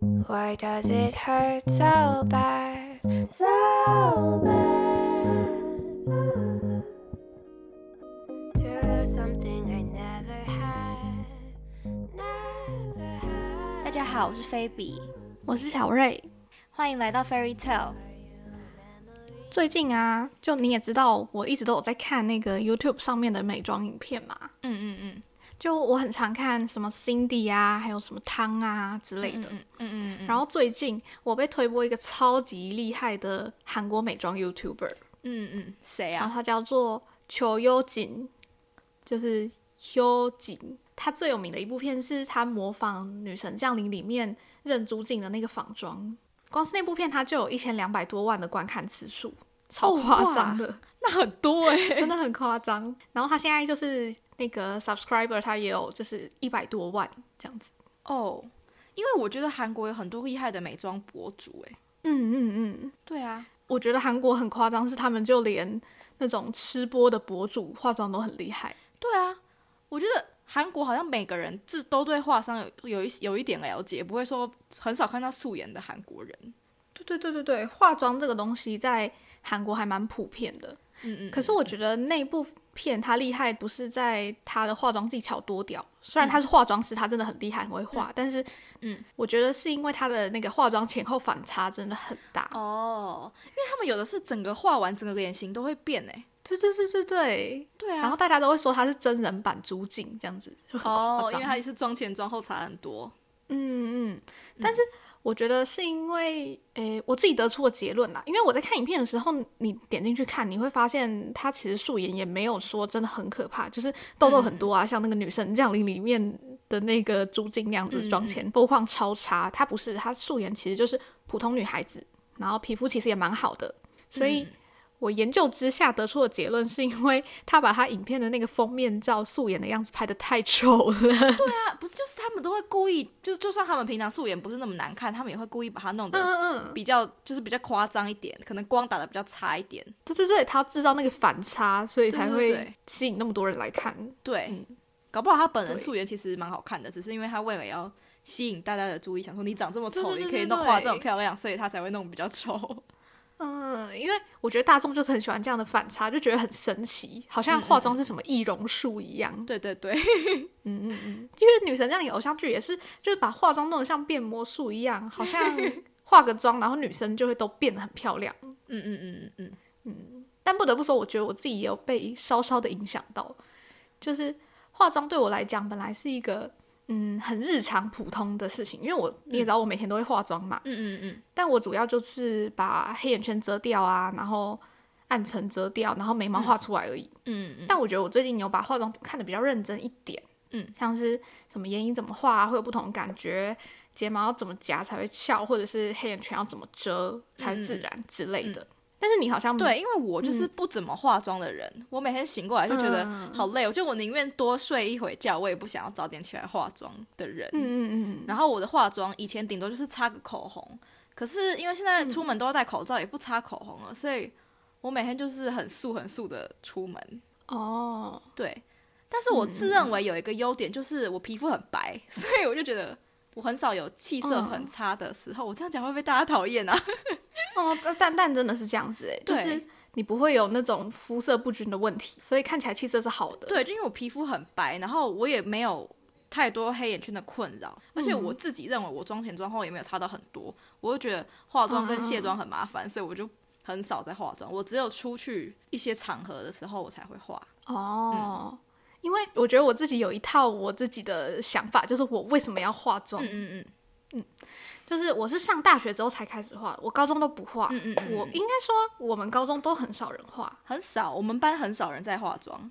Why does it hurt so bad? So bad. To lose something I never had. Never 大 had. 家好，我是菲比，我是小瑞。欢迎来到 Fairy Tale。最近啊，就你也知道，我一直都有在看那个 YouTube 上面的美妆影片嘛。嗯嗯嗯，就我很常看什么 Cindy 啊，还有什么汤啊之类嗯的。嗯嗯嗯，然后最近我被推播一个超级厉害的韩国美妆 YouTuber，嗯嗯，谁然后啊？他叫做求优锦，就是优锦。他最有名的一部片是他模仿《女神降临》里面任珠静的那个仿妆，光是那部片他就有一千两百多万的观看次数，超哦夸哇张的。那很多哎、真的很夸张。然后他现在就是那个 subscriber，他也有就是一百多万这样子。哦，因为我觉得韩国有很多厉害的美妆博主哎、嗯嗯嗯，对啊，我觉得韩国很夸张，是他们就连那种吃播的博主化妆都很厉害。对啊，我觉得韩国好像每个人这都对画商有有一有一点了解，不会说很少看到素颜的韩国人。对对对对对，化妆这个东西在韩国还蛮普遍的。嗯嗯，可是我觉得那部片它厉害不是在它的化妆技巧多屌，虽然他是化妆师，他真的很厉害，很会化，但是嗯，我觉得是因为他的那个化妆前后反差真的很大。哦，因为他们有的是整个画完，整个脸型都会变哎、对对对对对，对啊，然后大家都会说他是真人版朱静这样子，就很哦夸，因张。为他也是妆前妆后差很多。嗯嗯，但是我觉得是因为，诶，我自己得出的结论啦，因为我在看影片的时候，你点进去看，你会发现他其实素颜也没有说真的很可怕，就是痘痘很多啊，像那个《女神降临》里面的那个朱静那样子，妆前肤况超差，她不是，她素颜其实就是普通女孩子，然后皮肤其实也蛮好的，所以。我研究之下得出的结论，是因为他把他影片的那个封面照素颜的样子拍的太丑了。那啊不是就是他们都会故意，就就算他们平常素颜不是那么难看，他们也会故意把它弄得 嗯嗯，比较、就是比较夸张一点，可能光打的比较差一点。对对对，他要制造那个反差，所以才对对对会吸引那么多人来看。对，嗯搞不好他本人对素颜其实蛮好看的，只是因为他为了要吸引大家的注意，想说你长这么丑，对对对你可以对弄对画这么漂亮，所以他才会弄比较丑。嗯，因为我觉得大众就是很喜欢这样的反差，就觉得很神奇，好像化妆是什么易容术一样。对对对，嗯嗯嗯，因为女神降临偶像剧也是，就是把化妆弄得像变魔术一样，好像 化个妆，然后女生就会都变得很漂亮。嗯嗯嗯嗯嗯，但不得不说，我觉得我自己也有被稍稍的影响到，就是化妆对我来讲本来是一个嗯很日常普通的事情，因为我你也知道我每天都会化妆嘛，嗯嗯嗯，但我主要就是把黑眼圈遮掉啊，然后暗沉遮掉，然后眉毛画出来而已。嗯嗯，但我觉得我最近有把化妆看得比较认真一点，嗯，像是什么眼影怎么画、啊、会有不同的感觉，睫毛要怎么夹才会翘，或者是黑眼圈要怎么遮才会自然之类的。但是你好像嗯对，因为我就是不怎么化妆的人，我每天醒过来就觉得嗯好累，我就我宁愿多睡一会觉，我也不想要早点起来化妆的人。嗯嗯嗯然后我的化妆以前顶多就是擦个口红，可是因为现在出门都要戴口罩，也不擦口红了，所以我每天就是很素很素的出门。哦，对，但是我自认为有一个优点，就是我皮肤很白，所以我就觉得我很少有气色很差的时候。我这样讲会被大家讨厌啊？哦，但但但真的是这样子哎，就对是你不会有那种肤色不均的问题，所以看起来气色是好的。，对，就因为我皮肤很白，然后我也没有。太多黑眼圈的困扰，而嗯且我自己认为我妆前妆后也没有差到很多，我就觉得化妆跟啊卸妆很麻烦，所以我就很少在化妆。我只有出去一些场合的时候我才会化。哦。因为我觉得我自己有一套我自己的想法，就是我为什么要化妆，嗯嗯就是我是上大学之后才开始化的，我高中都不化。嗯嗯嗯，我应该说我们高中都很少人化，很少，我们班很少人在化妆，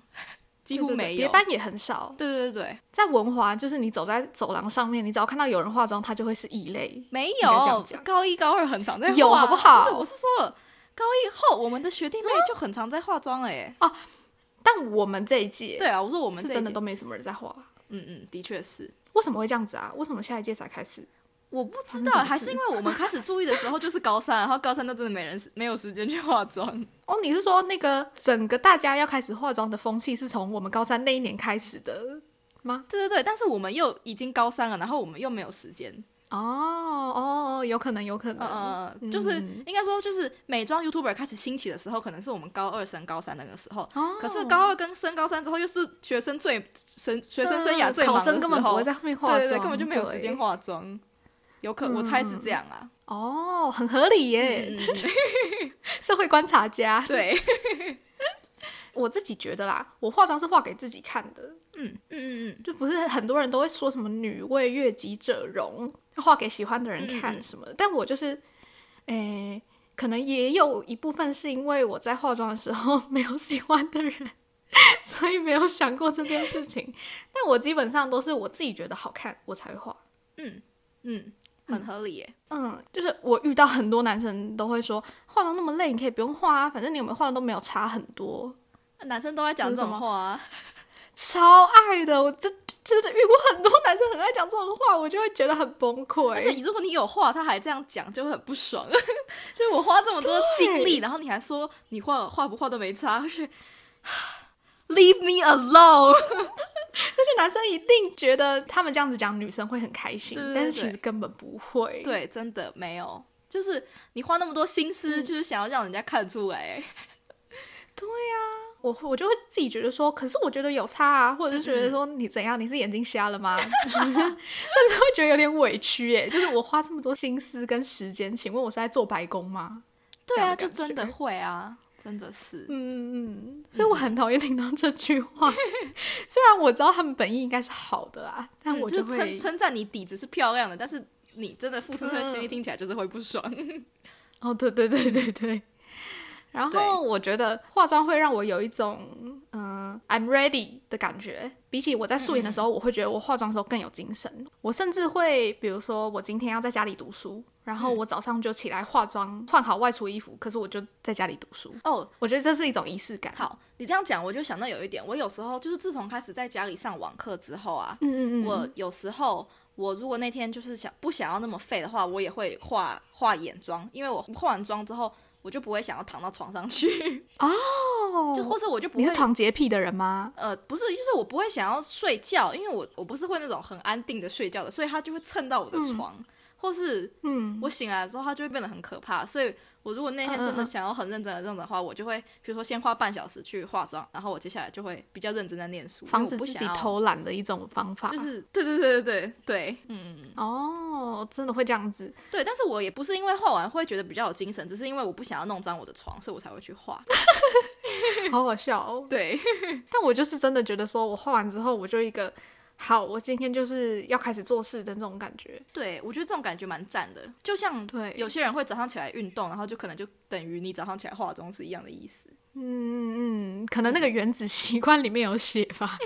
几乎对对对没有。别班也很少。对对对对，在文华，就是你走在走廊上面，你只要看到有人化妆，他就会是异类。没该这有样讲，高一高二很常在化，有好不好啊是，我是说高一后我们的学弟妹就很常在化妆了耶。但我们这一届，对啊，我说我们是这一真的届都没什么人在化。嗯嗯，的确是。为什么会这样子啊？为什么下一届才开始？我不知发生什道，么还是事因为我们开始注意的时候就是高三，然后高三都真的没人没有时间去化 妆。哦，你是说那个整个大家要开始化妆的风气是从我们高三那一年开始的吗？对对对，但是我们又已经高三了，然后我们又没有时间，哦哦哦，有可能，有可能，呃，就是应该说，就是美妆 YouTuber 开始兴起的时候，可能是我们高二升高三那个时候。哦可是高二跟升高三之后，又是学生最生学生生涯嗯最忙考的时候，生根本不会在后面化妆，对对对，根本就没有时间对。化妆。有可我猜是这样啊，哦，很合理耶，嗯，社会观察家。对，我自己觉得啦，我化妆是化给自己看的，嗯嗯 嗯嗯，就不是很多人都会说什么“女为悦己者容”，画给喜欢的人嗯嗯看嗯什么的。但我就是，诶、可能也有一部分是因为我在化妆的时候没有喜欢的人， 所以没有想过这件事情。但我基本上都是我自己觉得好看，我才会画。嗯，很合理耶。嗯，就是我遇到很多男生都会说，化妆那么累，你可以不用化啊，反正你有没有化妆都没有差很多。男生都在讲这种话啊，超爱的，我真真的遇过很多男生很爱讲这种话，我就会觉得很崩溃。而且如果你有话，他还这样讲，就会很不爽。 就是我花这么多精力，然后你还说你画画不画都没差，就是 leave me alone。而且男生一定觉得他们这样子讲女生会很开心，对对对但是其实根本不会。，对，真的没有，就是你花那么多心思，就是想要让人家看出来。我我就会自己觉得说，可是我觉得有差啊，或者嗯是觉得说你怎样，你是眼睛瞎了吗？ 就是但是会觉得有点委屈耶，就是我花这么多心思跟时间，请问我是在做白工吗？对啊，就这样的真的感觉会啊，真的是。嗯嗯嗯，所以我很讨厌听到这句嗯话。 虽然我知道他们本意应该是好的啦，嗯但我就是会、称称赞你底子是漂亮的，但是你真的付出那个心力，嗯听起来就是会不爽。哦，对对对对对。然后我觉得化妆会让我有一种嗯、i m ready 的感觉。比起我在素颜的时嗯候，我会觉得我化妆的时候更有精神。我甚至会，比如说我今天要在家里读书，然后嗯我早上就起来化妆，换好外出衣服，可是我就在家里读书。 哦，我觉得这是一种仪式感。，好，你这样讲，我就想到有一点，我有时候就是自从开始在家里上网课之后啊，嗯嗯嗯，我有时候我如果那天就是想不想要那么废的话，我也会化化眼妆，因为我化完妆之后，我就不会想要躺到床上去，哦就或是我就不你会是床洁癖的人吗？呃，不是，就是我不会想要睡觉，因为我我不是会那种很安定的睡觉的，所以它就会蹭到我的床，或是嗯，我醒来的时候，它就会变得很可怕。所以我如果那天真嗯嗯的嗯想要很认真的认真的话，我就会比如说先花半小时去化妆，然后我接下来就会比较认真的念书，因为防我止不自己想要。偷懒的一种方法。就是对对对对对对，嗯哦，真的会这样子。对，但是我也不是因为画完会觉得比较有精神，只是因为我不想要弄脏我的床，所以我才会去 画。好好笑哦！ 对，但我就是真的觉得说，我画完之后，我就一个好，我今天就是要开始做事的那种感觉。对我觉得这种感觉蛮赞的，就像对，有些人会早上起来运动，然后就可能就等于你早上起来化妆是一样的意思。嗯嗯嗯，可能那个原子习惯里面有写 吧。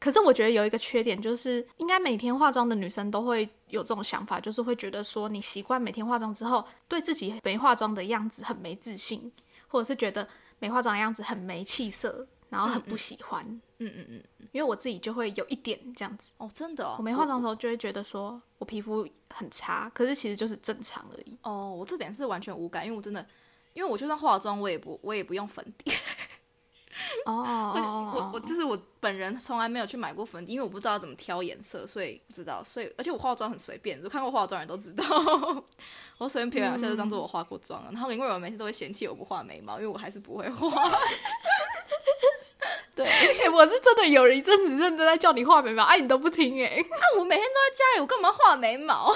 可是我觉得有一个缺点，就是应该每天化妆的女生都会有这种想法，就是会觉得说，你习惯每天化妆之后，对自己没化妆的样子很没自信，或者是觉得没化妆的样子很没气色，然后很不喜欢。嗯嗯嗯，因为我自己就会有一点这样子。哦，真的哦，我没化妆的时候就会觉得说我皮肤很差，可是其实就是正常而已。哦，我这点是完全无感，因为我真的，因为我就算化妆，我也不我也不用粉底，哦哦我我就是我本人从来没有去买过粉底，因为我不知道怎么挑颜色，所以不知道，所以而且我化妆很随便，有看过化妆的人都知道， 我随便撇两下就当做我化过妆了。然后因为我每次都会嫌弃我不画眉毛，因为我还是不会画。 对， 哎、我是真的有一阵子认真在叫你画眉毛，哎、你都不听哎、那我每天都在家里，我干嘛画眉毛？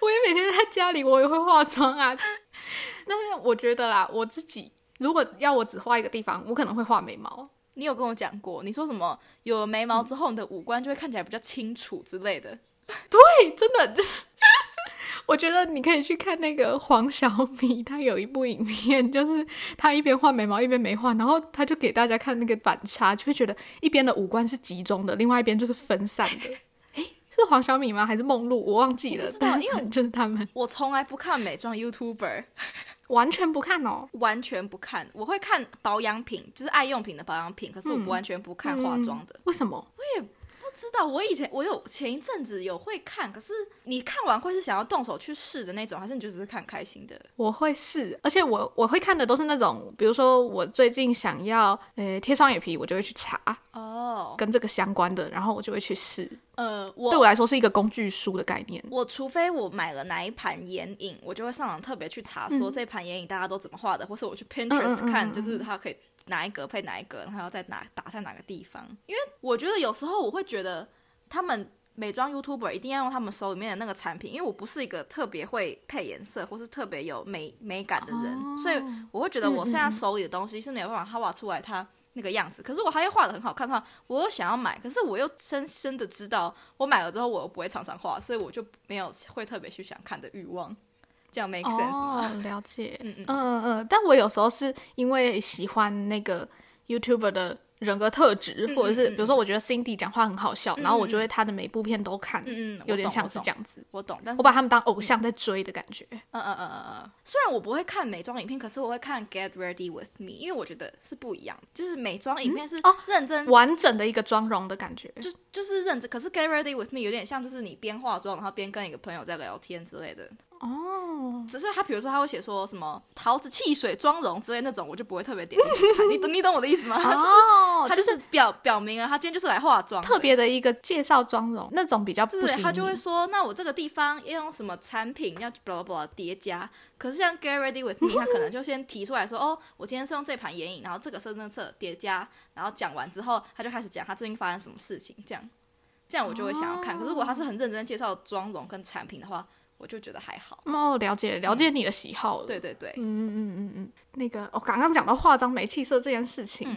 我也每天在家里，我也会化妆啊。 但是我觉得啦，我自己如果要我只画一个地方，我可能会画眉毛。 你有跟我讲过，你说什么有了眉毛之后，你的五官就会看起来比较清楚之类的。对，真的 就是。我觉得你可以去看那个黄晓米，他有一部影片，就是他一边画眉毛一边没画，然后他就给大家看那个反差，就会觉得一边的五官是集中的，另外一边就是分散 的。诶，是黄晓米吗？还是梦露？我忘记了。我不知道但因 为就是他们我从来不看美妆 YouTuber，完全不看哦。完全不看。我会看保养品，就是爱用品的保养品，可是我不完全不看化妆的。为什么？不知道，我以前我有前一阵子有会看，可是你看完会是想要动手去试的那种，还是你就只是看开心的？我会试，而且我我会看的都是那种，比如说我最近想要呃贴双眼皮，我就会去查，哦哦，跟这个相关的，然后我就会去试。呃，对我来说是一个工具书的概念。我除非我买了哪一盘眼影，我就会上网特别去查说这盘眼影大家都怎么画的，或是我去嗯 Pinterest 嗯嗯看，嗯就是它可以哪一格配哪一格，然后要在哪打在哪个地方。因为我觉得有时候我会觉得他们美妆 YouTuber 一定要用他们手里面的那个产品，因为我不是一个特别会配颜色或是特别有美美感的人，所以我会觉得我现在手里的东西是没有办法画出来它那个样子。可是我还要画的很好看的话，我又想要买，可是我又深深的知道，我买了之后我又不会常常画，所以我就没有会特别去想看的欲望。这样 make sense 吗？哦，了解。嗯嗯嗯嗯，但我有时候是因为喜欢那个 YouTuber 的人格特质，嗯或者是嗯嗯比如说我觉得 Cindy 讲话很好笑，然后我就会他的每部片都看，嗯嗯，我有点懂像是我这，懂嗯样子，我懂，但是我把他们当偶像在追的感觉。嗯嗯嗯嗯嗯，虽然我不会看美妆影片，可是我会看 Get Ready with Me，因为我觉得是不一样，就是美妆影片是哦认真，完整的一个妆容的感觉。嗯就就是认真，可是 Get Ready with Me 有点像就是你边化妆，然后边跟一个朋友在聊天之类的。哦，只是他比如说他会写说什么桃子汽水妆容之类那种，我就不会特别点进去看。你懂你懂我的意思吗？哦，他就就是是表表明了他今天就是来化妆的，特别的一个介绍妆容，那种比较不对，行。他就会说，那我这个地方要用什么产品，要 blah blah blah 叠加。可是像 Get Ready with Me，他可能就先提出来说，哦，我今天是用这盘眼影，然后这个色深色叠加，然后讲完之后，他就开始讲他最近发生什么事情，这样，这样我就会想要看。可是如果他是很认真介绍妆容跟产品的话，我就觉得还好。哦，了解了解你的喜好嗯了。对对对，嗯嗯嗯嗯嗯，那个我刚刚讲到化妆没气色这件事情，嗯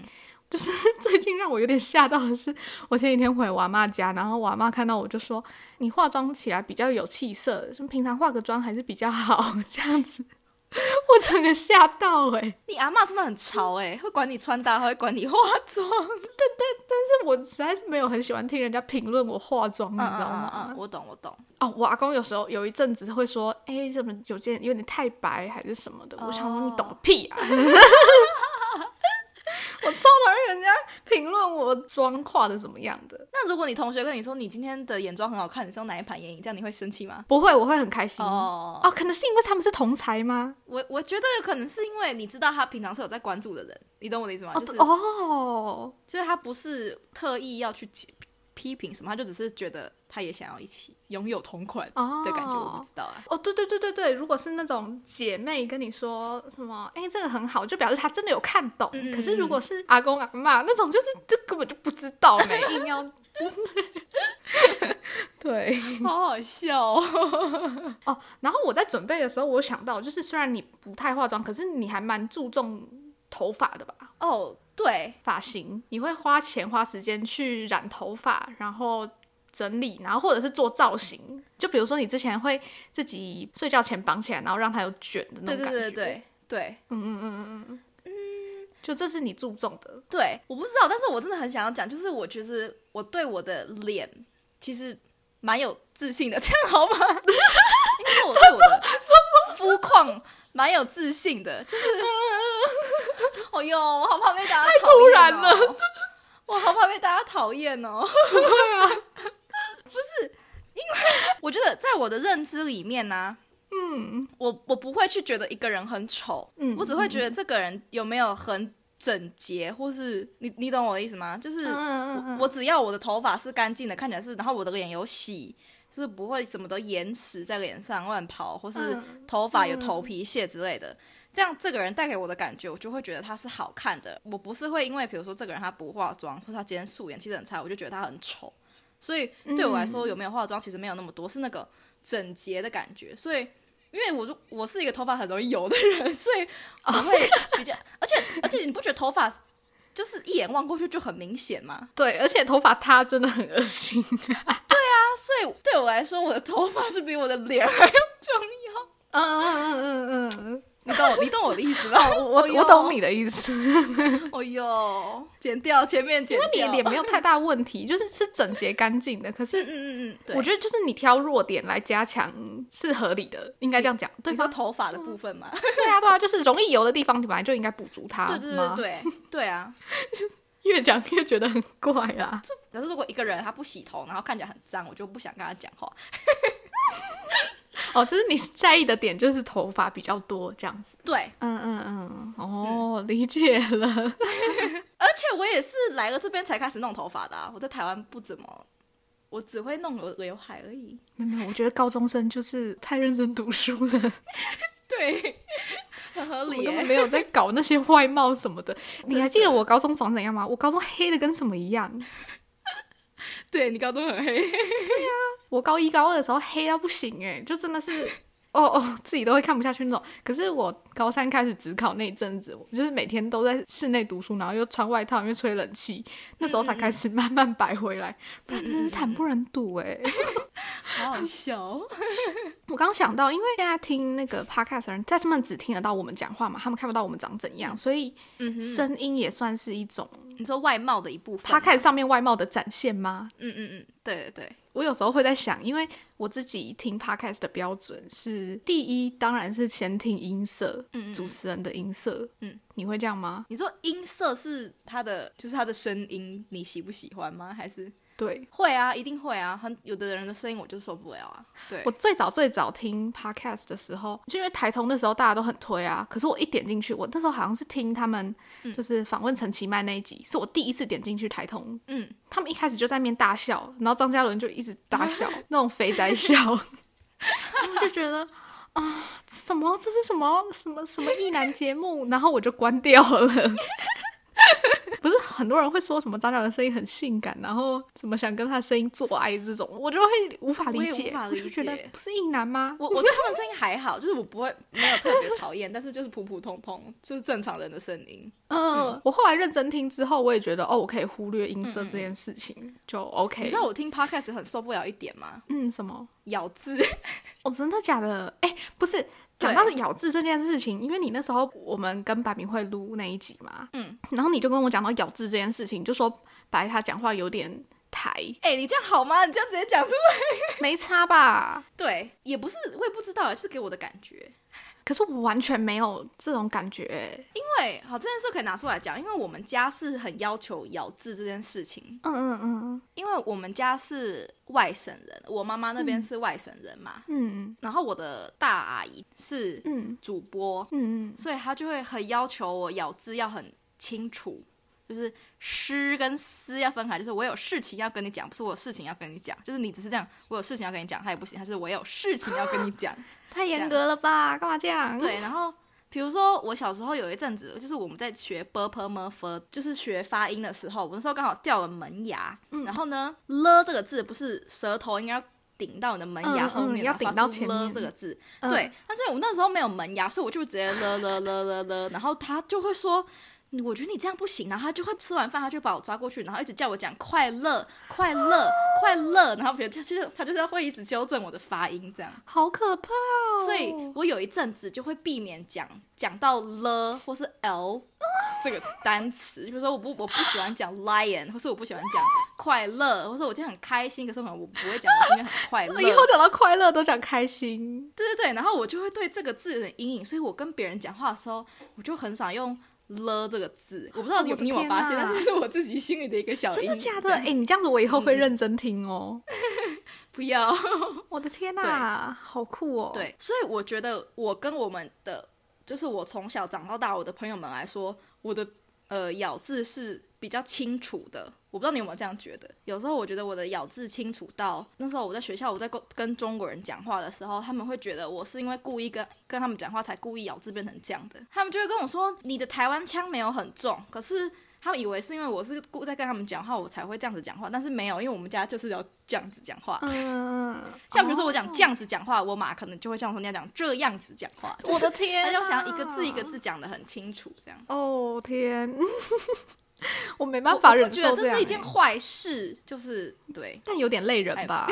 就是 最近让我有点吓到的是，我前几天回我妈家，然后我妈看到我就说：“你化妆起来比较有气色，什么平常化个妆还是比较好。” 这样子，我整个吓到哎、你阿嬷真的很潮哎、会管你穿搭，还会管你化妆，但是我实在是没有很喜欢听人家评论我化妆，你知嗯道吗？嗯嗯嗯，我懂我懂。哦，我阿公有时候有一阵子会说：“哎、怎么有件有点太白还是什么的？”我想说你懂哦个屁啊！ 我超讨厌人家评论我妆化的怎么样的。那如果你同学跟你说你今天的眼妆很好看，你是用哪一盘眼影，这样你会生气吗？不会，我会很开心。哦哦，可能是因为他们是同才吗？我我觉得有可能是因为你知道他平常是有在关注的人，你懂我的意思吗？哦啊就是、哦，就是他不是特意要去批批评什么，他就只是觉得他也想要一起拥有同款哦的感觉，我不知道啊。哦，对对对对对，如果是那种姐妹跟你说什么，哎，这个很好，就表示她真的有看懂。嗯嗯可是如果是阿公阿嬷那种，就是就根本就不知道 没硬要。 对好好笑哦！哦，然后我在准备的时候，我想到就是，虽然你不太化妆，可是你还蛮注重头发的吧？哦，对，发型，你会花钱花时间去染头发，然后整理，然后或者是做造型。就比如说你之前会自己睡觉前绑起来，然后让它有卷的那对对种感觉。对对对就这是你注重的。对，我不知道，但是我真的很想要讲，就是我其实我对我的脸其实蛮有自信的，这样好吗？因为我对我的肤况蛮有自信的，就是，哦哟，我好怕被大家太突然了， 我好怕被大家讨厌哦。不是，啊 因为我觉得在我的认知里面呢、嗯，我我不会去觉得一个人很丑，嗯我只会觉得这个人有没有很整洁，或是你你懂我的意思吗？就是嗯嗯我我只要我的头发是干净的，看起来是，然后我的脸有洗，就是不会什么都延迟在脸上乱跑，或是嗯头发有头皮屑之类的。这样这个人带给我的感觉，我就会觉得他是好看的。我不是会因为比如说这个人他不化妆，或者他今天素颜气质很差，我就觉得他很丑。所以嗯对我来说，有没有化妆其实没有那么多，是那个整洁的感觉。所以，因为我如我是一个头发很容易油的人，所以我会比较，而且而且你不觉得头发就是一眼望过去就很明显吗？对，而且头发塌真的很恶心。所以对我来说，我的头发是比我的脸还要重 要。嗯嗯嗯嗯嗯，你懂我，你懂我的意思吧？我我我 懂你的意思， 因哦哟，剪掉前面剪为你掉，脸没有太大问题，就是是整洁干净的。可是嗯嗯嗯，对。我觉得就是你挑弱点来加强是合理的，应该这样讲，对 你说吧？头发的部分嘛， 对啊对啊，就是容易油的地方，你本来就应该补足它。对对妈对，对对啊！越讲越觉得很怪啊 啦。可是如果一个人他不洗头，然后看起来很脏，我就不想跟他讲话。哦，就是你在意的点就是头发比较多这样子。对，嗯嗯嗯，哦，理解了。而且我也是来了这边才开始弄头发的、啊，我在台湾不怎么，我只会弄刘刘海而已。 没有没有，我觉得高中生就是太认真读书 了，对， 很合我理根本耶。没有在搞那些外貌什 么的。你还记得我高中长怎样吗？我高中黑的跟什么一样， 对你高中很黑，我高一高二的时候黑到不行哎、就真的是。哦哦，自己都会看不下去那种。可是我高三开始只考那一阵子，我就是每天都在室内读书，然后又穿外套，因为吹冷气，那嗯时候才开始慢慢白回来，不然真的是惨不忍睹哎、好好笑哦。 我刚想到，因为现在听那个 podcast 的人，在他们只听得到我们讲话嘛，他们看不到我们长怎样，所以嗯哼，声音也算是一种你说外貌的一部分吗。 podcast 上面外貌的展现吗？嗯嗯嗯，对对对，我有时候会在想，因为我自己听 podcast 的标准是，第一当然是先听音色，嗯嗯嗯主持人的音色，嗯，你会这样吗？你说音色是他的，就是他的声音，你喜不喜欢吗？还是对。会啊，一定会啊。很有的人的声音我就受不了啊。对我，最早最早听 podcast 的时候，就因为台通那时候大家都很推啊，可是我一点进去，我那时候好像是听他们嗯就是访问陈其迈那一集，是我第一次点进去台通嗯，他们一开始就在那边大笑，然后张嘉伦就一直大笑，那种肥宅笑，他们就觉得啊，什么这是什么什么什么意男节目，然后我就关掉了。不是很多人会说什么张嘉伦声音很性感，然后怎么想跟他的声音做爱这种，我就会无法理我也解，无法我理解就觉得不是意男吗？我我对他们声音还好，就是我不会没有特别讨厌，但是就是普普通通，就是正常人的声音。嗯，我后来认真听之后，我也觉得哦，我可以忽略音色这件事情，就 OK。你知道我听 podcast 很受不了一点吗？嗯什么？咬字，哦，真的假的？哎、不是，讲到咬字这件事情，因为你那时候我们跟白明慧录那一集嘛，嗯，然后你就跟我讲到咬字这件事情，就说白他讲话有点抬，哎、你这样好吗？你这样直接讲出来，没差吧？对，也不是，我也不知道，啊就是给我的感觉。可是我完全没有这种感觉、欸因为好，这件事可以拿出来讲，因为我们家是很要求咬字这件事情，嗯嗯嗯因为我们家是外省人，我妈妈那边是外省人嘛，嗯然后我的大阿姨是嗯主播，嗯嗯，所以她就会很要求我咬字要很清楚，就是“诗”跟“思”要分开，就是我有事情要跟你讲，不是我有事情要跟你讲，就是你只是这样，我有事情要跟你讲，她也不行，她是我有事情要跟你讲。太严格了吧？干嘛这样？对，然后比如说我小时候有一阵子，就是我们在学 b p m f，就是学发音的时候，我那时候刚好掉了门牙，嗯然后呢了这个字不是舌头应该要顶到你的门牙嗯后面，啊嗯要顶到前了面这个字，嗯对，但是我那时候没有门牙，所以我就直接了了了了了，然后他就会说。我觉得你这样不行，啊然后他就会吃完饭，他就把我抓过去，然后一直叫我讲快乐、快乐、快乐，然后别人就就是他就是会一直纠正我的发音这样。好可怕哦！所以我有一阵子就会避免讲讲到了或是 l 这个单词，比如说我不我不喜欢讲 lion，或是我不喜欢讲快乐，或是我今天很开心，可是我可能我不会讲我今天很 快我以后乐。讲到快乐都讲开心，对对对，然后我就会对这个字有点阴影，所以我跟别人讲话的时候，我就很少用了这个字。我不知道哦有、我的你有没有天哪发现，但是是我自己心里哦的一个嗯小阴真影。的假这的？样哎、你这样子我以后会认真听哦。不要。我的天呐、啊好酷哦！，对，所以我觉得我跟我们的，就是我从小长到大我的朋友们来说，我的呃咬字是比较清楚的。我不知道你有没有这样觉得？有时候我觉得我的咬字清楚到，那时候我在学校，我在跟跟中国人讲话的时候，他们会觉得我是因为故意跟跟他们讲话才故意咬字变成这样的。他们就会跟我说，你的台湾腔没有很重，可是。他们以为是因为我是故在跟他们讲话，我才会这样子讲话，但是没有，因为我们家就是要这样子讲话。嗯，像比如说我讲哦这样子讲话，我妈可能就会像说你要讲这样子讲话， 我就的是天她啊，就想要一个字一个字讲的很清楚，这样。哦天， 我没我办法我不忍觉受得这样、是一件欸哎坏事，就是对，但有点累人吧？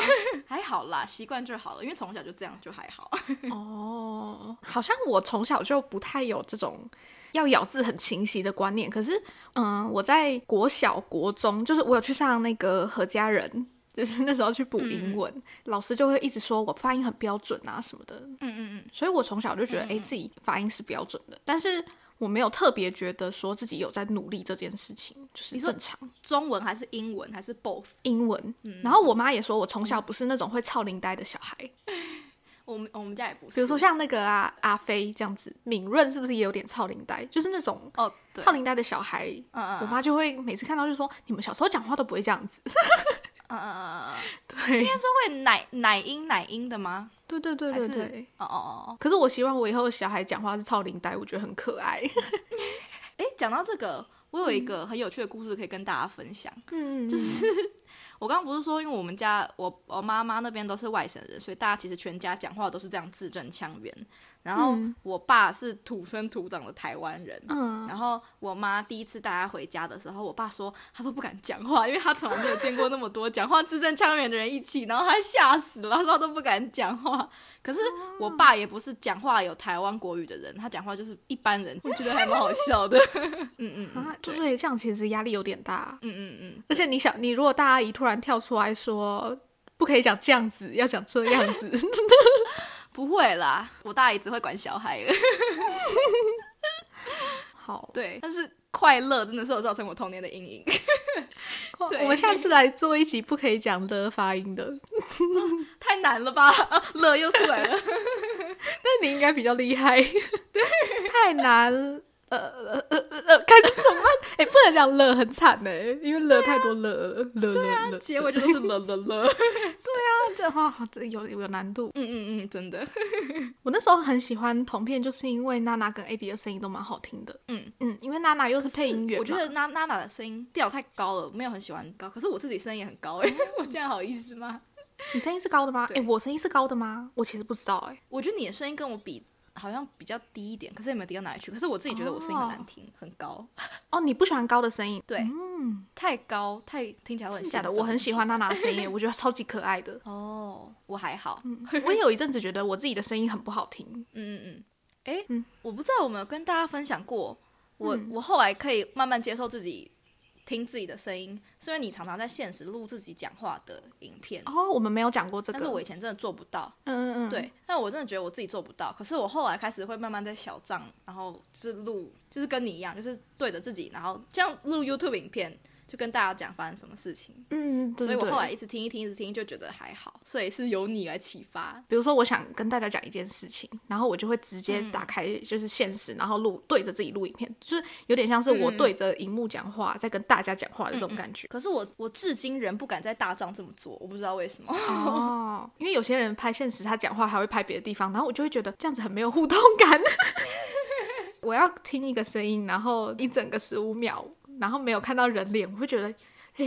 还好啦，习惯就好了，因为从小就这样就还好。哦，好像我从小就不太有这种要咬字很清晰的观念。可是，嗯，我在国小、国中，就是我有去上那个何家人。就是那时候去补嗯英文，老师就会一直说我发音很标准啊什么的，嗯嗯嗯，所以我从小就觉得，哎、自己发音是标准的，但是我没有特别觉得说自己有在努力这件事情，就是你说正常中文还是英文还是 both？嗯英文。然后我妈也说我从小不是那种会操铃呆的小孩，我们我们家也不是，比如说像那个啊阿飞这样子，敏润是不是也有点超龄呆？就是那种哦，对，超龄呆的小孩，嗯嗯我妈就会每次看到就说：“你们小时候讲话都不会这样子。 嗯嗯嗯嗯，嗯” 对，应该说会奶奶音奶音的吗？对对对还对是对。哦哦哦哦，可是我希望我以后小孩讲话是超龄呆，我觉得很可爱。哎，讲到这个，我有一个很有趣的故事可以跟大家分享。嗯，就是我刚刚不是说，因为我们家我我妈妈那边都是外省人，所以大家其实全家讲话都是这样字正腔圆。然后嗯我爸是土生土长的台湾人，嗯，然后我妈第一次带他回家的时候，我爸说他都不敢讲话，因为他从来没有见过那么多讲话字正腔圆的人一起，然后他吓死了，他说他都不敢讲话。可是我哦爸也不是讲话有台湾国语的人，他讲话就是一般人，我觉得还蛮好笑的。 嗯嗯嗯啊，对对，这样其实压力有点大。嗯嗯嗯，而且你想，你如果大阿姨突然跳出来说不可以讲这样子，要讲这样子， 不会啦，我大姨只会管小孩而已。好，对，但是快乐真的是有造成我童年的阴影。 对我们下次来做一集不可以讲的发音的，太难了吧？ 乐又出来 了。那你应该比较厉害。太难，呃呃呃呃呃，看怎么办？哎、不能讲了，很惨呢、因为了太多了了了了了，结尾就都 是了了了。这话好这有有难度。嗯嗯嗯，真的。我那时候很喜欢同片，就是因为娜娜跟 AD 的声音都蛮好听的。嗯嗯，因为娜娜又是配音员嘛，我觉得娜娜娜的声音调太高了，没有很喜欢高。可是我自己声音也很高 哎、我这样好意思吗？你声音是高的吗？哎、对我声音是高的吗？我其实不知道哎、我觉得你的声音跟我比好像比较低一点，可是也没有低到哪里去。可是我自己觉得我声音很难听，很高，哦，你不喜欢高的声音？对嗯，太高，太听起来我很真的假的？兴奋我很喜欢。娜娜的声音，我觉得超级可爱的。哦，我还好。嗯， 我也有一阵子觉得我自己的声音很不好听。嗯嗯，嗯，哎、嗯我不知道有没有跟大家分享过，我、嗯我后来可以慢慢接受自己听自己的声音，是因为你常常在现实录自己讲话的影片，哦，我们没有讲过这个。但是我以前真的做不到。嗯嗯嗯，对，但我真的觉得我自己做不到。可是我后来开始会慢慢在小账，然后是录，就是跟你一样，就是对着自己，然后这样录 YouTube 影片，就跟大家讲发生什么事情。嗯，对所以对我对。后来一直听一听，一直听，就觉得还好。所以是由你来启发，比如说，我想跟大家讲一件事情，然后我就会直接嗯打开就是现实，然后录对着自己录影片，就是有点像是我嗯嗯嗯对着荧幕讲话，在跟大家讲话的这种感觉。可是我我至今仍不敢在大账这么做，我不知道为什么。哦， 因为有些人拍现实，他讲话还会拍别的地方，然后我就会觉得这样子很没有互动 感。我要听一个声音，然后一整个十五秒，然后没有看到人脸，我会觉得。嘿，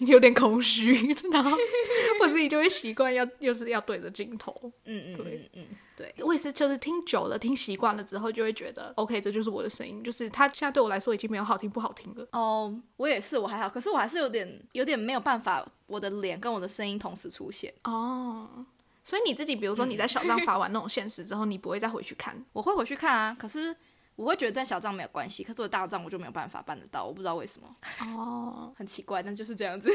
有点空虚，然后我自己就会习惯要，又是要对着镜头。嗯嗯对嗯嗯，嗯对，我也是，就是听久了、听习惯了之后，就会觉得 OK，这就是我的声音。就是它现在对我来说已经没有好听不好听了。哦、我也是，我还好，可是我还是有点有点没有办法，我的脸跟我的声音同时出现。哦，嗯所以你自己，比如说你在小张发完那种现实之后，你不会再回去看。我会回去看啊，可是我会觉得在小账没有关系，可是我大账我就没有办法办得到，我不知道为什么，哦，很奇怪，但就是这样子。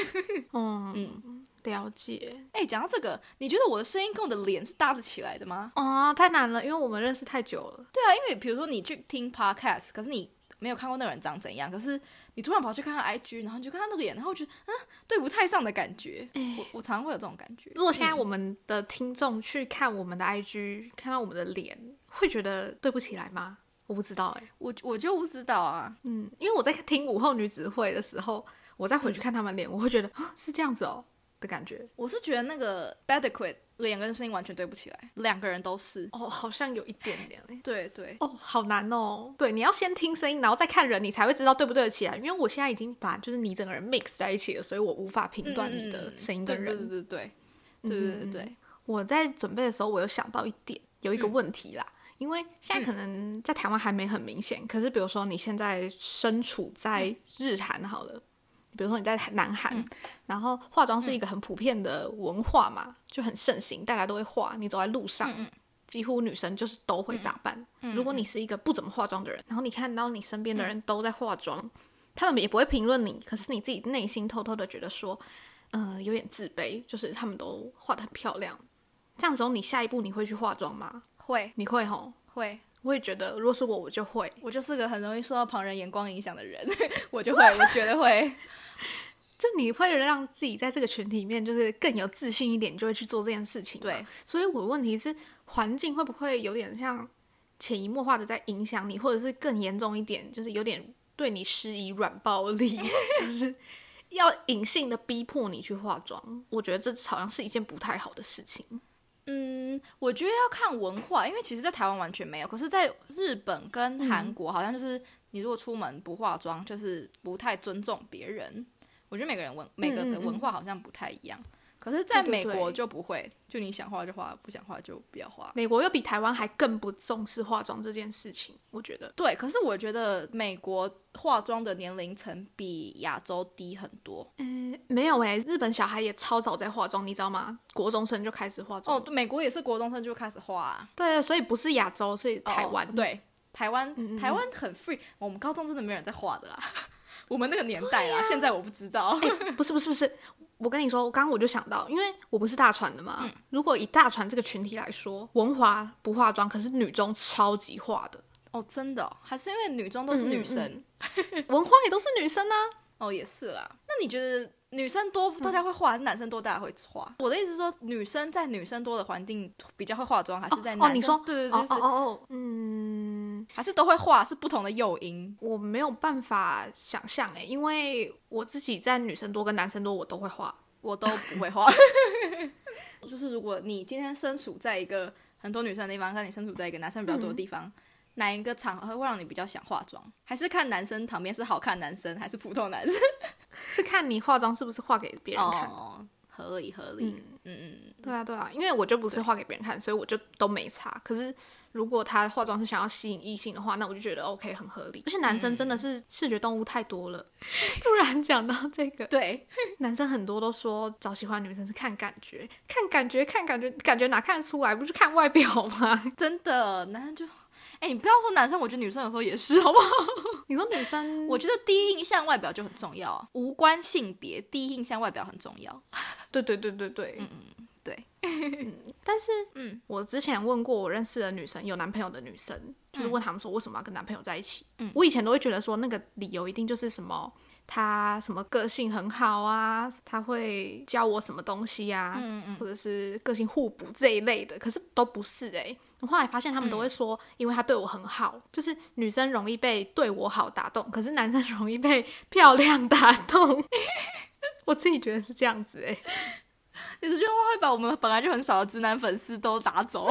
嗯，了解。 哎、讲到这个，你觉得我的声音跟我的脸是搭得起来的吗？哦，太难了，因为我们认识太久了。对啊，因为比如说你去听 podcast，可是你没有看过那个人长怎样，可是你突然跑去看他 IG，然后你就看他那个脸，然后我觉得嗯对不太上的感觉，我我常常会有这种感觉。如果现在我们的听众去看我们的 IG，、看到我们的脸，会觉得对不起来吗？我不知道哎、我我就不知道啊，嗯，因为我在听午后女子会的时候，我再回去看他们脸，我会觉得啊是这样子哦的感觉。我是觉得那个 b a d e q u i t 脸跟声音完全对不起来，两个人都是。哦，好像有一点点哎。对对，哦，好难哦。对，你要先听声音，然后再看人，你才会知道对不对得起来。因为我现在已经把就是你整个人 mix 在一起了，所以我无法嗯评断你的声音跟人。对对对对对对对对对，我在准备的时候，我有想到一点，有一个问题啦，因为现在可能在台湾还没很明显，可是比如说你现在身处在日韩好了，比如说你在南韩，然后化妆是一个很普遍的文化嘛，就很盛行，大家都会化，你走在路上。几乎女生就是都会打扮。如果你是一个不怎么化妆的人，然后你看到你身边的人都在化妆，他们也不会评论你，可是你自己内心偷偷的觉得说，呃，有点自卑，就是他们都画的很漂亮。这样子哦，你下一步你会去化妆吗？会你会吼？会，我也觉得，如果是我，我就会。 我就是个很容易受到旁人眼光影响的人，我就会，我觉得会。就你会让自己在这个群体里面就是更有自信一点，你就会去做这件事情。对，所以我的问题是，环境会不会有点像潜移默化的在影响你，或者是更严重一点，就是有点对你施以软暴力，就是要隐性的逼迫你去化妆？我觉得这好像是一件不太好的事情。嗯，我觉得要看文化，因为其实，在台湾完全没有，可是，在日本嗯跟韩国，好像就是你如果出门不化妆，就是不太尊重别人。我觉得每个人文每个的文化好像不太一样，可是，在嗯对美对国对就不会，就你想化就化，不想化就不要化。美国又比台湾还更不重视化妆这件事情，我觉得。对，可是我觉得美国化妆的年龄层比亚洲低很多。嗯，没有诶、日本小孩也超早在化妆，你知道吗？国中生就开始化妆。哦，，对美国也是国中生就开始化、啊，对，所以不是亚洲，是台湾。哦，对，台湾嗯嗯嗯台湾很 free，我哦们高中真的没有人在画的啦，啊我们那个年代啊，哎现在我不知道。 不是不是不是，我跟你说，我刚刚我就想到，因为我不是大船的嘛。如果以大船这个群体来说，文华不化妆，可是女中超级化 的，哦，真的哦、还是因为女中都是女生文华也都是女生啊。哦，也是啦。那你觉得女生多大家会化，还是男生多大家会化？我的意思是说，女生在女生多的环境比较会化妆，还是在男生哦，你说对对，哦就是、哦哦哦，嗯，还是都会化，是不同的诱因。我没有办法想象诶、因为我自己在女生多跟男生多我都会化，我都不会 化。就是如果你今天身处在一个很多女生的地方，跟你身处在一个男生比较多的地方，哪一个场合会让你比较想化妆？还是看男生旁边是好看男生，还是普通男生？是看你化妆是不是化给别人看。哦，合理合理，嗯嗯嗯，对啊，对啊，因为我就不是画给别人看，所以我就都没差。可是如果他化妆是想要吸引异性的话，那我就觉得 OK 很合理。而且男生真的是视觉动物太多了。 突然讲到这个，对。男生很多都说找喜欢的女生是看感觉，看感觉，看感觉，感觉哪看得出来？不是看外表吗？ 真的，男生就，哎、你不要说男生，我觉得女生有时候也是，好不好？你说女 生，我觉得第一印象外表就很重要啊，无关性别，第一印象外表很重要。对对对对对，嗯对。但是，嗯 嗯，我之前问过我认识的女生，有男朋友的女生，就是问他们说为什么要跟男朋友在一起。嗯我以前都会觉得说那个理由一定就是什么他什么个性很好啊，他会教我什么东西啊，嗯嗯或者是个性互补这一类的，可是都不是诶、我后来发现他嗯们都会说，因为他对我很好，就是女生容易被对我好打动，可是男生 容易被漂亮打动。 我自己觉得是这样子诶、欸你这句话会把我们本来就很少的直男粉丝都打走。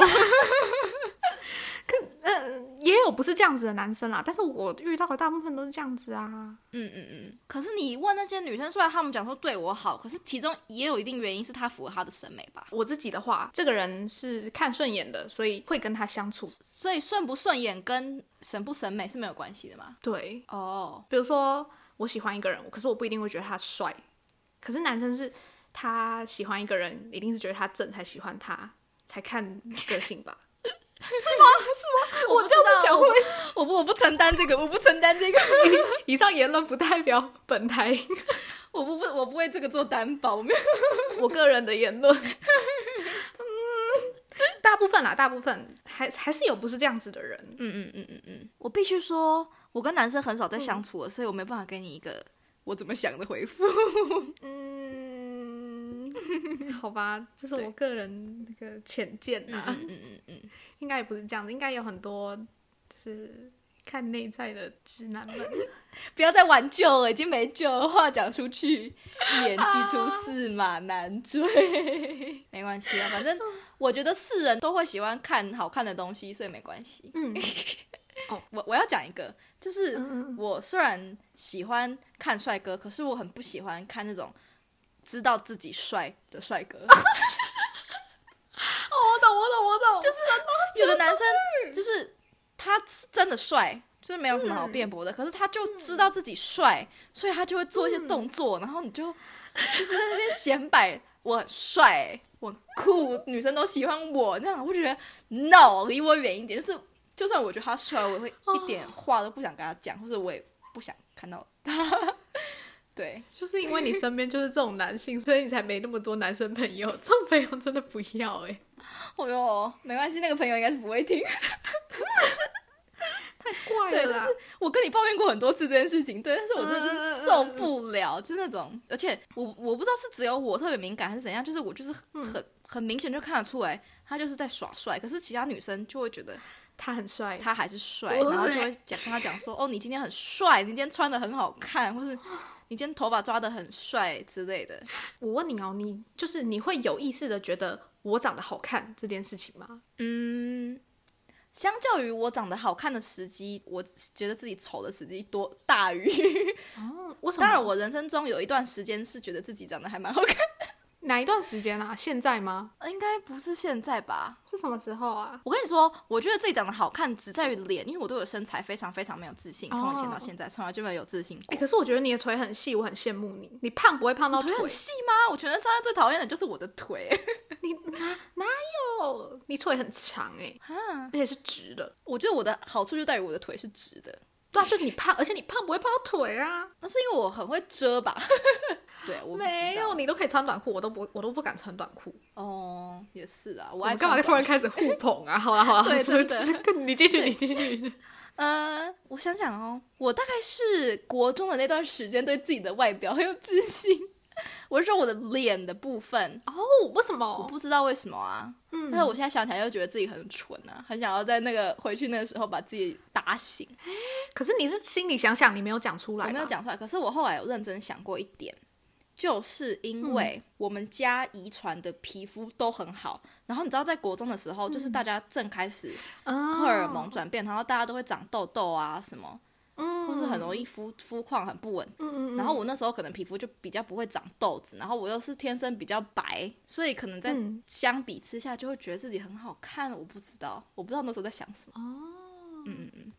也有不是这样子的男生啦，但是我遇到的大部分都是这样子啊。嗯嗯嗯。可是你问那些女生，虽然她们讲说对我好，可是其中也有一定原因是她符合她的审美吧。我自己的话，这个人是看顺眼的，所以会跟他相处。所以顺不顺眼跟审不审美是没有关系的嘛。对，哦，比如说我喜欢一个人，可是我不一定会觉得他帅，可是男生是他喜欢一个人，一定是觉得他正才喜欢他，才看个性 吧。我这样子讲会不会？我不我不承担这个，我不承担这个， 以上言论不代表本台 我不不我不为这个做担保，我没有。我个人的言论。 嗯，大部分啦，大部分还还是有不是这样子的人。嗯嗯嗯嗯嗯，我必须说，我跟男生很少在相处了，所以我没办法给你一个我怎么想的回复。嗯， 好吧，这是对我个人那个浅见嗯啊，嗯嗯嗯嗯， 应该也不是这样子，应该有很多就是看内在的直男们。不要再挽救了，已经没救了，话讲出去，一言既出，驷马难追。没关系啊，反正我觉得世人都会喜欢看好看的东西，所以没关系。 嗯我我要讲一个，就是嗯嗯，我虽然喜欢看帅哥，可是我很不喜欢看那种知道自己帅的帅哥。哦，我懂，我懂，我懂，就是有的男生就是他是真的帅，就是没有什么好辩驳的。可是他就知道自己帅，所以他就会做一些动作，然后你就 就是在那边显摆我很帅，我很酷，女生都喜欢我，那样我就觉得 no，离我远一点。就是就算我觉得他帅，我也会一点话都不想跟他讲，或者我也不想看到他。 对，就是因为你身边就是这种男性，所以你才没那么多男生朋友。这种朋友真的不要哎、哦哟，没关系，那个朋友应该是不会听。他 太怪对，了但啦是。我跟你抱怨过很多次这件事情，对，但是我真的就嗯嗯嗯嗯是受不了，就那种，而且我我不知道是只有我特别敏感还是怎样，就是我就是很、很很明显就看得出来，他就是在耍帅，可是其他女生就会觉得他很帅，他还是帅，我然后就会讲跟他讲说，哦，你今天很帅，你今天穿的很好看，或是你今天头发抓的很帅之类的。我问你哦，你就是你会有意识的觉得我长得好看这件事情吗？嗯，相较于我长得好看的时机，我觉得自己丑的时机多大于。为什么？当然，我人生中有一段时间是觉得自己长得还蛮好看哪一段时间啊？现在吗？的，应该不是现在吧？是什么时候啊？我跟你说，我觉得自己长得好看只在于脸，因为我对我的身材非常非常没有自信，从以前到哦现在从来就没有自信过。哎、可是我觉得你的腿很细，我很羡慕你。你胖不会胖到我腿腿，很细吗？我全身上下最讨厌的就是我的腿。 你哪哪有？你腿很长哎、而且是直的。我觉得我的好处就在于我的腿是直的，对啊，就是你胖，而且你胖不会胖到腿啊。那是因为我很会遮吧？ 对，我不知道没 有，你都可以穿短裤，我都不，我都不敢穿短裤。哦，也是啊，我我爱们干嘛穿突然短开始互捧啊？ 好啦好啦，对是真的是 你继续，你继续。呃，我想想哦，我大概是国中的那段时间对自己的外表很有自信， 我是说我的脸的部分，哦，为什我么？不知道为什么啊，嗯但是我现在想起来又觉得自己很蠢啊，很想要在那个回去那个时候把自己打醒，可是你是心里想想，你没有讲出来，我没有。讲出来，可是我后来有认真想过一点，就是嗯因为我们家遗传的皮肤都很好，然后你知道在国中的时候，嗯就是大家正开始啊荷尔蒙转变，然后大家都会长痘痘啊什么，嗯或是很容易肤肤况很不稳。嗯嗯，然后我那时候可能皮肤就比较不会长痘子，然后我又是天生比较白，所以可能在嗯相比之下就会觉得自己很好看。我不知道，我不知道那时候在想什么。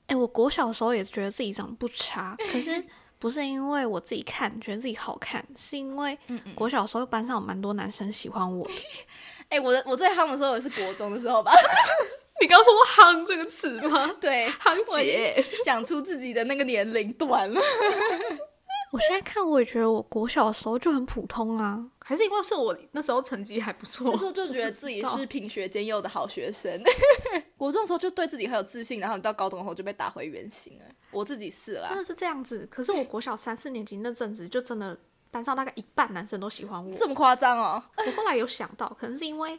哎、我国小的时候也觉得自己长得不 差，可是不是因为我自己看觉得自己好看，是因为国小的时候班上有蛮多男生喜欢我。哎、我的我最夯的时候也是国中的时候吧？ 你刚说“夯”这个词 吗？对，夯我已经，讲出自己的那个年龄段了。我现在看我也觉得我国小的时候就很普通啊，还是因为是我那时候成绩还不 错那时候就觉得自己是品学兼优的好学生。 国中的时候就对自己很有自信，然后你到高中后就被打回原形了。我自己是啦真，的是这样子。可是我国小三四年级那阵子，就真的班上大概一半男生都喜欢我。这么夸张哦？我后来有想到，可能是因为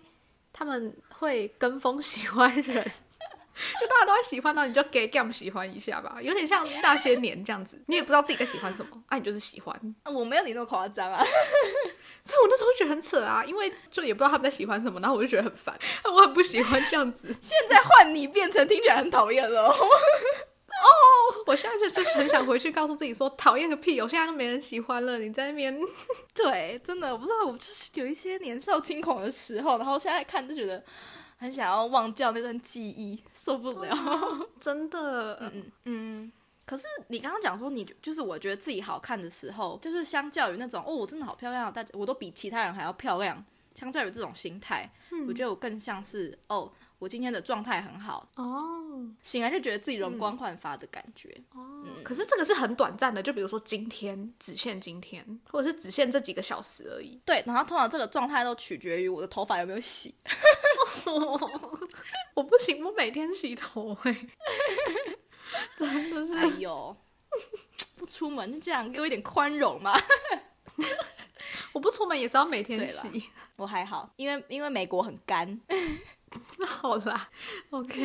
他们会跟风喜欢人， 就大家都会喜欢，到你就给 gam 喜欢一下吧，有点像那些年这样子，你也不知道自己在喜欢什么，啊，你就是喜欢。我没有你那么夸张啊。 所以我那时候觉得很扯啊，因为就也不知道他们在喜欢什么，然后我就觉得很烦， 我很不喜欢这样子。现在换你变成听起来很讨厌了。哦 我现在就就是很想回去告诉自己说，讨厌个屁，我现在都没人喜欢了，你在那边。对，真的，我不知道，我就是有一些年少轻狂的时候，然后现在看就觉得很想要忘掉那段记忆，受不了。啊真的，嗯嗯。 可是你刚刚讲说你就是我觉得自己好看的时候，就是相较于那种哦我真的好漂亮，大家我都比其他人还要漂亮。相较于这种心态，嗯我觉得我更像是哦我今天的状态很好，哦醒来就觉得自己容光焕发的感觉。哦，嗯可是这个是很短暂的，就比如说今天只限今天，或者是只限这几个小时而已。 对，然后通常这个状态都取决于我的头发有没有洗。我不行，我每天洗头哎、真的哎是。呦， 不出门就这样，给我一点宽容嘛。我不出门也是要每天对洗。我还好，因为因为美国很干， 那好啦，OK，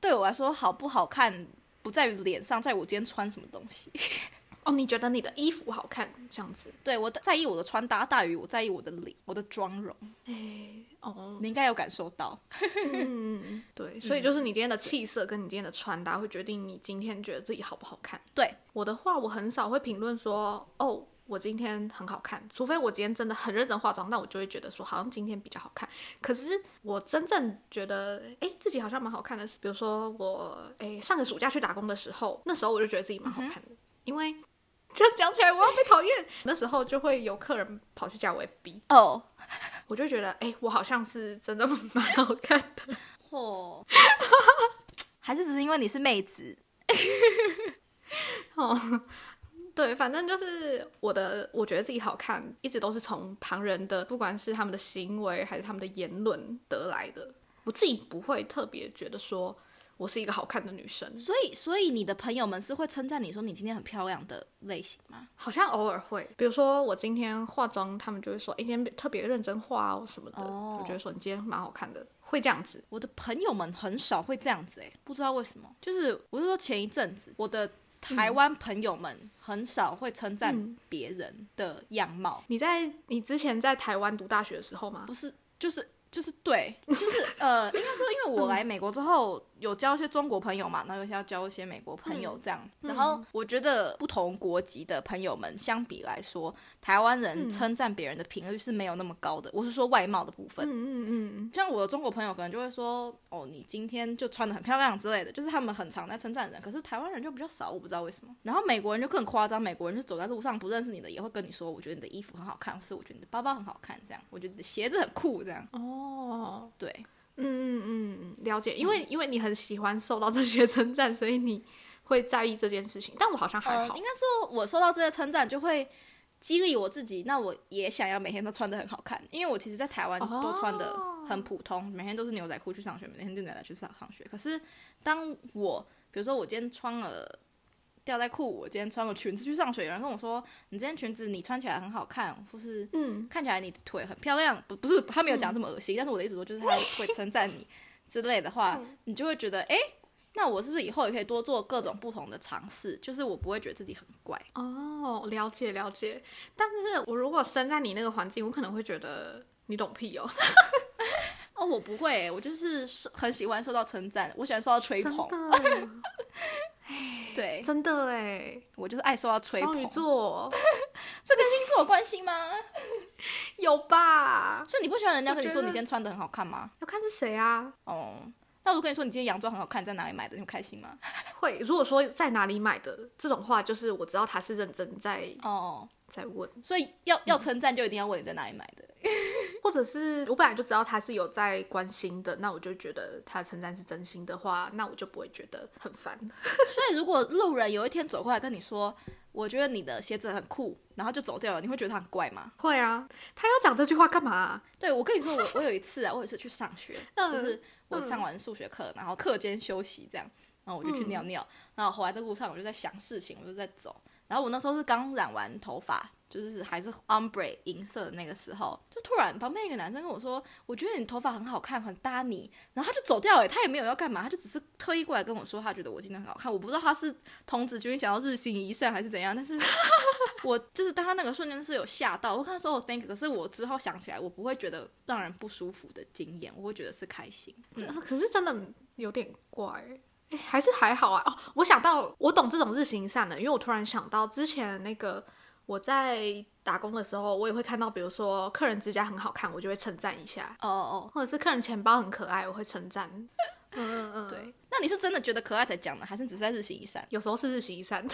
对我来说好不好看不在于脸上，在我今天穿什么东西。 哦，你觉得你的衣服好看这样子？对我在意我的穿搭大于我在意我的脸、我的妆容，哎、哦，你应该有感受到。嗯，对，所以就是你今天的气色跟你今天的穿搭会决定你今天觉得自己好不好看。对，我的话，我很少会评论说，哦，我今天很好看，除非我今天真的很认真化妆，那我就会觉得说，好像今天比较好看。可是我真正觉得，哎，自己好像蛮好看的是，比如说我，哎，上个暑假去打工的时候，那时候我就觉得自己蛮好看的，因为这样讲起来我要被讨厌。那时候就会有客人跑去加我 FB，哦，我就觉得，哎，我好像是真的 蛮好看的。嚯， 还是只是因为你是妹子？ 哦对，反正就是我的，我觉得自己好看，一直都是从旁人的，不管是他们的行为还是他们的言论得来的。我自己不会特别觉得说，我是一个好看的女生，所以，所以你的朋友们是会称赞你说你今天很漂亮的类型吗？好像偶尔会，比如说我今天化妆，他们就会说，哎、今天特别认真化哦什么的，哦我就会说你今天蛮好看的，会这样子。我的朋友们很少会这样子哎、不知道为什么。就是我就说前一阵子我的台湾朋友们很少会称赞嗯别人的样貌，你在你之前在台湾读大学的时候吗？不是就是。就是 对，就是呃，应该说，因为嗯我来美国之后有交一些中国朋友嘛，然后有些要交一些美国朋嗯友这样，然后我觉得不同国籍的朋友们相比来说，台湾人嗯称赞别人的频率是没有那么高的。我是说外貌的部分，嗯嗯嗯，像我的中国朋友可能就会说，哦，你今天就穿的很漂亮之类的，就是他们很常在称赞人，可是台湾人就比较少，我不知道为什么。然后美国人就更夸张，美国人就走在路上不认识你的也会跟你说，我觉得你的衣服很好看，或是我觉得你的包包很好看，这样，我觉得你的鞋子很酷，这样，哦，对，嗯嗯嗯，了解，因为因为你很喜欢受到这些 称赞，所以你会在意这件事情。但我好像还呃，好应，该说我受到这些称赞就会。激励我自己，那我也想要每天都穿的很好看，因为我其实，在台湾哦都穿的很普通，每天都是牛仔裤去上学，每天就牛仔去上上学。可是当我，比如说我今天穿了吊带裤，我今天穿了裙子去上学，有人跟我说你今天裙子你穿起来很好看，或是嗯，看起来你的腿很漂亮，不不是他没有讲这么恶心，但是我的意思说就是他嗯会称赞你之类的 话，你就会觉得诶，那我是不是以后也可以多做各种不同的尝试？就是我不会觉得自己很怪。哦，了解了解。但是我如果生在你那个环境，我可能会觉得你懂屁哦，哦，我不会、我就是受很喜欢受到称赞，我喜欢受到 吹真捧。的 对，真的哎，我就是爱受到吹捧。双鱼座这跟星座有关系吗？有吧？所以你不喜欢人家我跟你觉说你得今天穿的很好看吗？要看是谁啊？哦，那我跟你说你今天洋装很好看，你在哪里买的，你会开心吗？会如果说在哪里买的这种话，就是我知道他是认真在哦，在问，所以要要称赞就一定要问你在哪里买的。或者是我本来就知道他是有在关心的，那我就觉得他的称赞是真心的话，那我就不会觉得很烦。所以如果路人有一天走过来跟你说，我觉得你的鞋子很酷，然后就走掉了，你会觉得他很怪吗？会啊，他要讲这句话干嘛、啊对我跟你说，我我有一次啊，我有一次去上学，嗯就是我上完数学课，然后课间休息这样，然后我就去尿尿，然后回来的路上我就在想事情，我就在走，然后我那时候是刚染完头发。就是还是 ombre 银色的那个时候，就突然旁边一个男生跟我说：“我觉得你头发很好看，很搭你。”然后他就走掉了，欸他也没有要干嘛，他就只是特意过来跟我说，他觉得我今天很好看。我不知道他是童子军想要日行一善还是怎样，但是我就是当他那个瞬间是有吓到，我跟他说我 thank，you，可是我之后想起来，我不会觉得让人不舒服的经验，我会觉得是开心。嗯这呃可是真的有点怪欸、诶还是还好啊。哦，我想到我懂这种日行一善了，因为我突然想到之前那个我在打工的时候，我也会看到，比如说客人指甲很好看，我就会称赞一下，哦哦，或者是客人钱包很可爱，我会称赞。嗯 嗯嗯，对，，那你是真的觉得可爱才讲的，还是只是在日行一善？有时候是日行一善。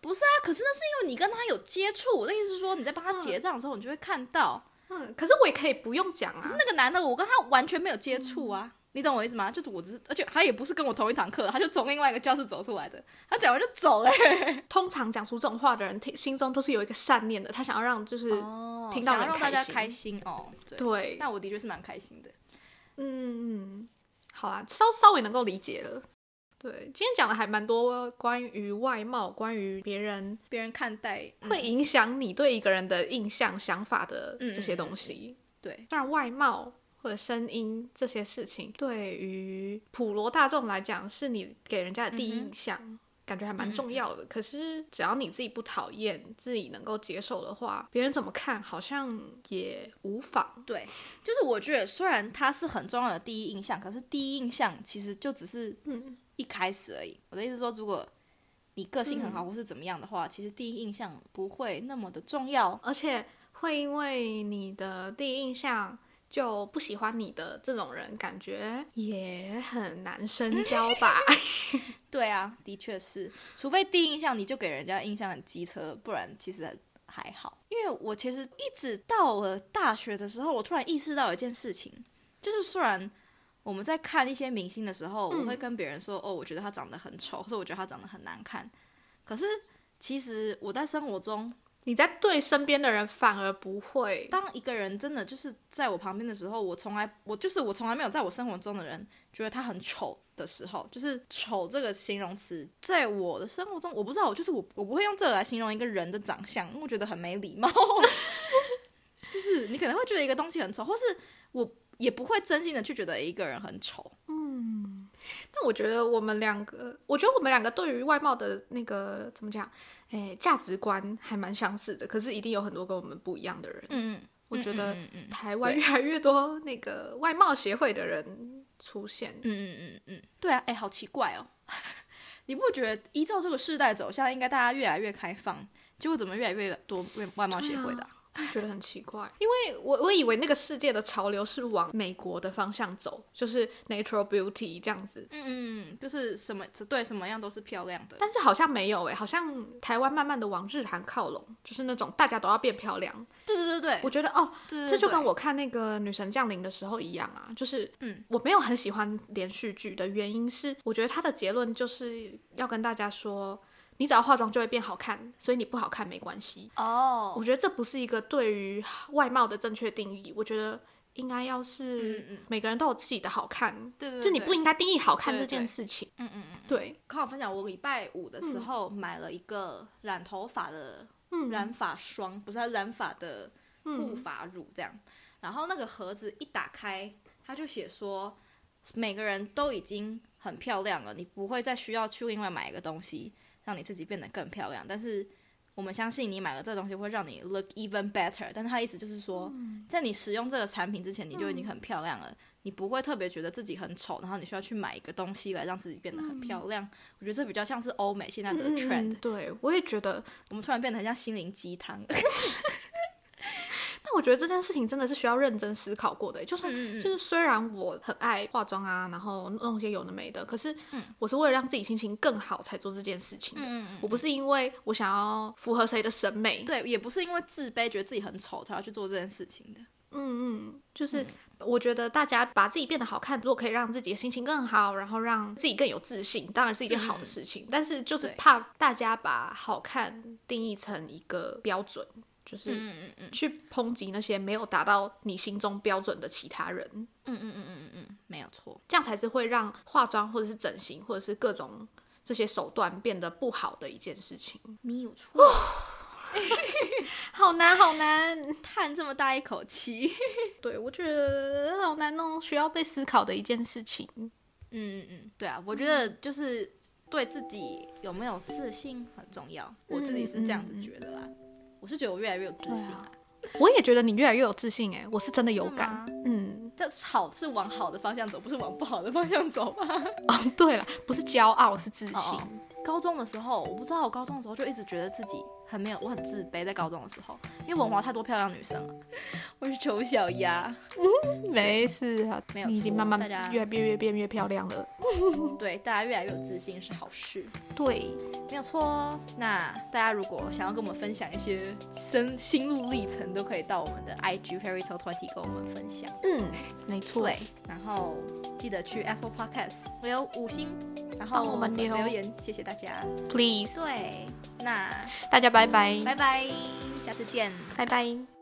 不是啊，可是那是因为你跟他有接触，我的意思是说你在帮他结账的时候，你就会看到。嗯，可是我也可以不用讲啊。那个男的，我跟他完全没有接触啊，你懂我意思吗？就是我只是，而且他也不是跟我同一堂课，他就从另外一个教室走出来的，他讲完就走了、通常讲出这种话的人，听心中都是有一个善念的，他想要让就是、 哦听到想要人让大家开心开心哦，对。对，那我的确是蛮开心的。嗯，嗯，好啦，稍稍微能够理解了。对，今天讲的还蛮多关于外貌、关于别人别人看待、嗯会影响你对一个人的印象、想法的嗯这些东西。对，当然，外貌或者声音这些事情，对于普罗大众来讲，是你给人家的第一印象，感觉还蛮重要的。可是，只要你自己不讨厌，自己能够接受的话，别人怎么看好像也无妨。对，就是我觉得虽然它是很重要的第一印象，可是第一印象其实就只是嗯一开始而已。我的意思是说，如果你个性很好或是怎么样的话，其实第一印象不会那么的重要。而且会因为你的第一印象就不喜欢你的这种人，感觉也很难深交吧？对啊，的确是，除非第一印象你就给人家印象很机车，不然其实还好。因为我其实一直到了大学的时候，我突然意识到一件事情，就是虽然我们在看一些明星的时候，我会跟别人说：“哦，我觉得他长得很丑，或者我觉得他长得很难看。”可是其实我在生活中你在对身边的人反而不会，当一个人真的就是在我旁边的时候，我从来我就是我从来没有在我生活中的人觉得他很丑的时候，就是丑这个形容词，在我的生活中，我不知道，我就是我我不会用这个来形容一个人的长相，因为我觉得很没 礼貌。就是你可能会觉得一个东西很丑，或是我也不会真心的去觉得一个人很丑。但我觉得我们两个，我觉得我们两个对于外貌的那个怎么讲，诶，价值观还蛮相似的，可是一定有很多跟我们不一样的人。嗯，我觉得嗯嗯嗯台湾对越来越多那个外貌协会的人出现，嗯嗯嗯嗯，对啊，哎、好奇怪哦。 你不觉得依照这个世代走向，应该大家越来越开放，结果怎么越来越多外外貌协会的啊、我觉得很奇怪，因为我我以为那个世界的潮流是往美国的方向走，就是 natural beauty 这样子，嗯嗯，就是什么对什么样都是漂亮的。但是好像没有诶、好像台湾慢慢的往日韩靠拢，就是那种大家都要变漂亮。对对对对，我觉得哦，对对这就跟我我看那个《女神降临》的时候一样啊，就是嗯，我没有很喜欢连续剧的原因是，我觉得它的结论就是要跟大家说，你只要化妆就会变好看，所以你不好看没关系。哦，我觉得这不是一个对于外貌的正确定义，我觉得应该要嗯是嗯每个人都有自己的好看，对对对，就你不应该定义好看对这对件事情。嗯嗯嗯，对，看我分享，我礼拜五的时候买了一个染头发的嗯染发霜，不是它染发的护嗯发乳这样。然后那个盒子一打开，它就写说每个人都已经很漂亮了，你不会再需要去另外买一个东西让你自己变得更漂亮。但是我们相信你买了这个东西会让你 look even better。但是它意思就是说，嗯在你使用这个产品之前，你就已经很漂亮了。你不会特别觉得自己很丑，然后你需要去买一个东西来让自己变得很漂亮。我觉得这比较像是欧美现在的嗯 trend，、嗯，对我也觉得，我们突然变得很像心灵鸡汤。但我觉得这件事情真的是需要认真思考过的，欸就是嗯嗯嗯就是虽然我很爱化妆啊，然后弄一些有的没的，可是我是为了让自己心情更好才做这件事情的。嗯嗯嗯我不是因为我想要符合谁的审美，对，也不是因为自卑觉得自己很丑才要去做这件事情的。嗯嗯，就是我觉得大家把自己变得好看，如果可以让自己的心情更好，然后让自己更有自信，当然是一件好的事情。但是就嗯是对怕大家把好看定义成一个标准，就是嗯嗯去抨击那些没有达到你心中标准的其他人。嗯嗯嗯嗯嗯嗯，没有错。这样才是会让化妆或者是整形或者是各种这些手段变得不好的一件事情。你有错，好难，好难，叹这么大一口气。 对我觉得好难哦，需要被思考的一件事情。嗯嗯嗯，对啊，我觉得就是对自己有没有自信很重要。我自己是这样子觉得啦，我是觉得我越来越有自信嗯啊，我也觉得你越来越有自信哎，我是真的有哦真的吗感。嗯，这好是往好的方向走，不是往不好的方向走吧？哦，对了，不是骄傲，是自信。哦高中的时候，我不知道，我高中的时候就一直觉得自己很没有，我很自卑。在高中的时候，因为文华太多漂亮女生了， 我是丑小鸭。没事啊，没有你已经错慢慢大家越变越变越漂亮了。对，大家越来越有自信是好事。对，没有错哦。那大家如果想要跟我们分享一些身心路历程，都可以到我们的 IG Fairy Tale Twenty 跟我们分享。嗯，没错。对，然后记得去 Apple Podcast 我有五星，然后帮我们留留言，谢谢大家。 ，please，对，那大家拜拜，拜拜，下次见。拜拜。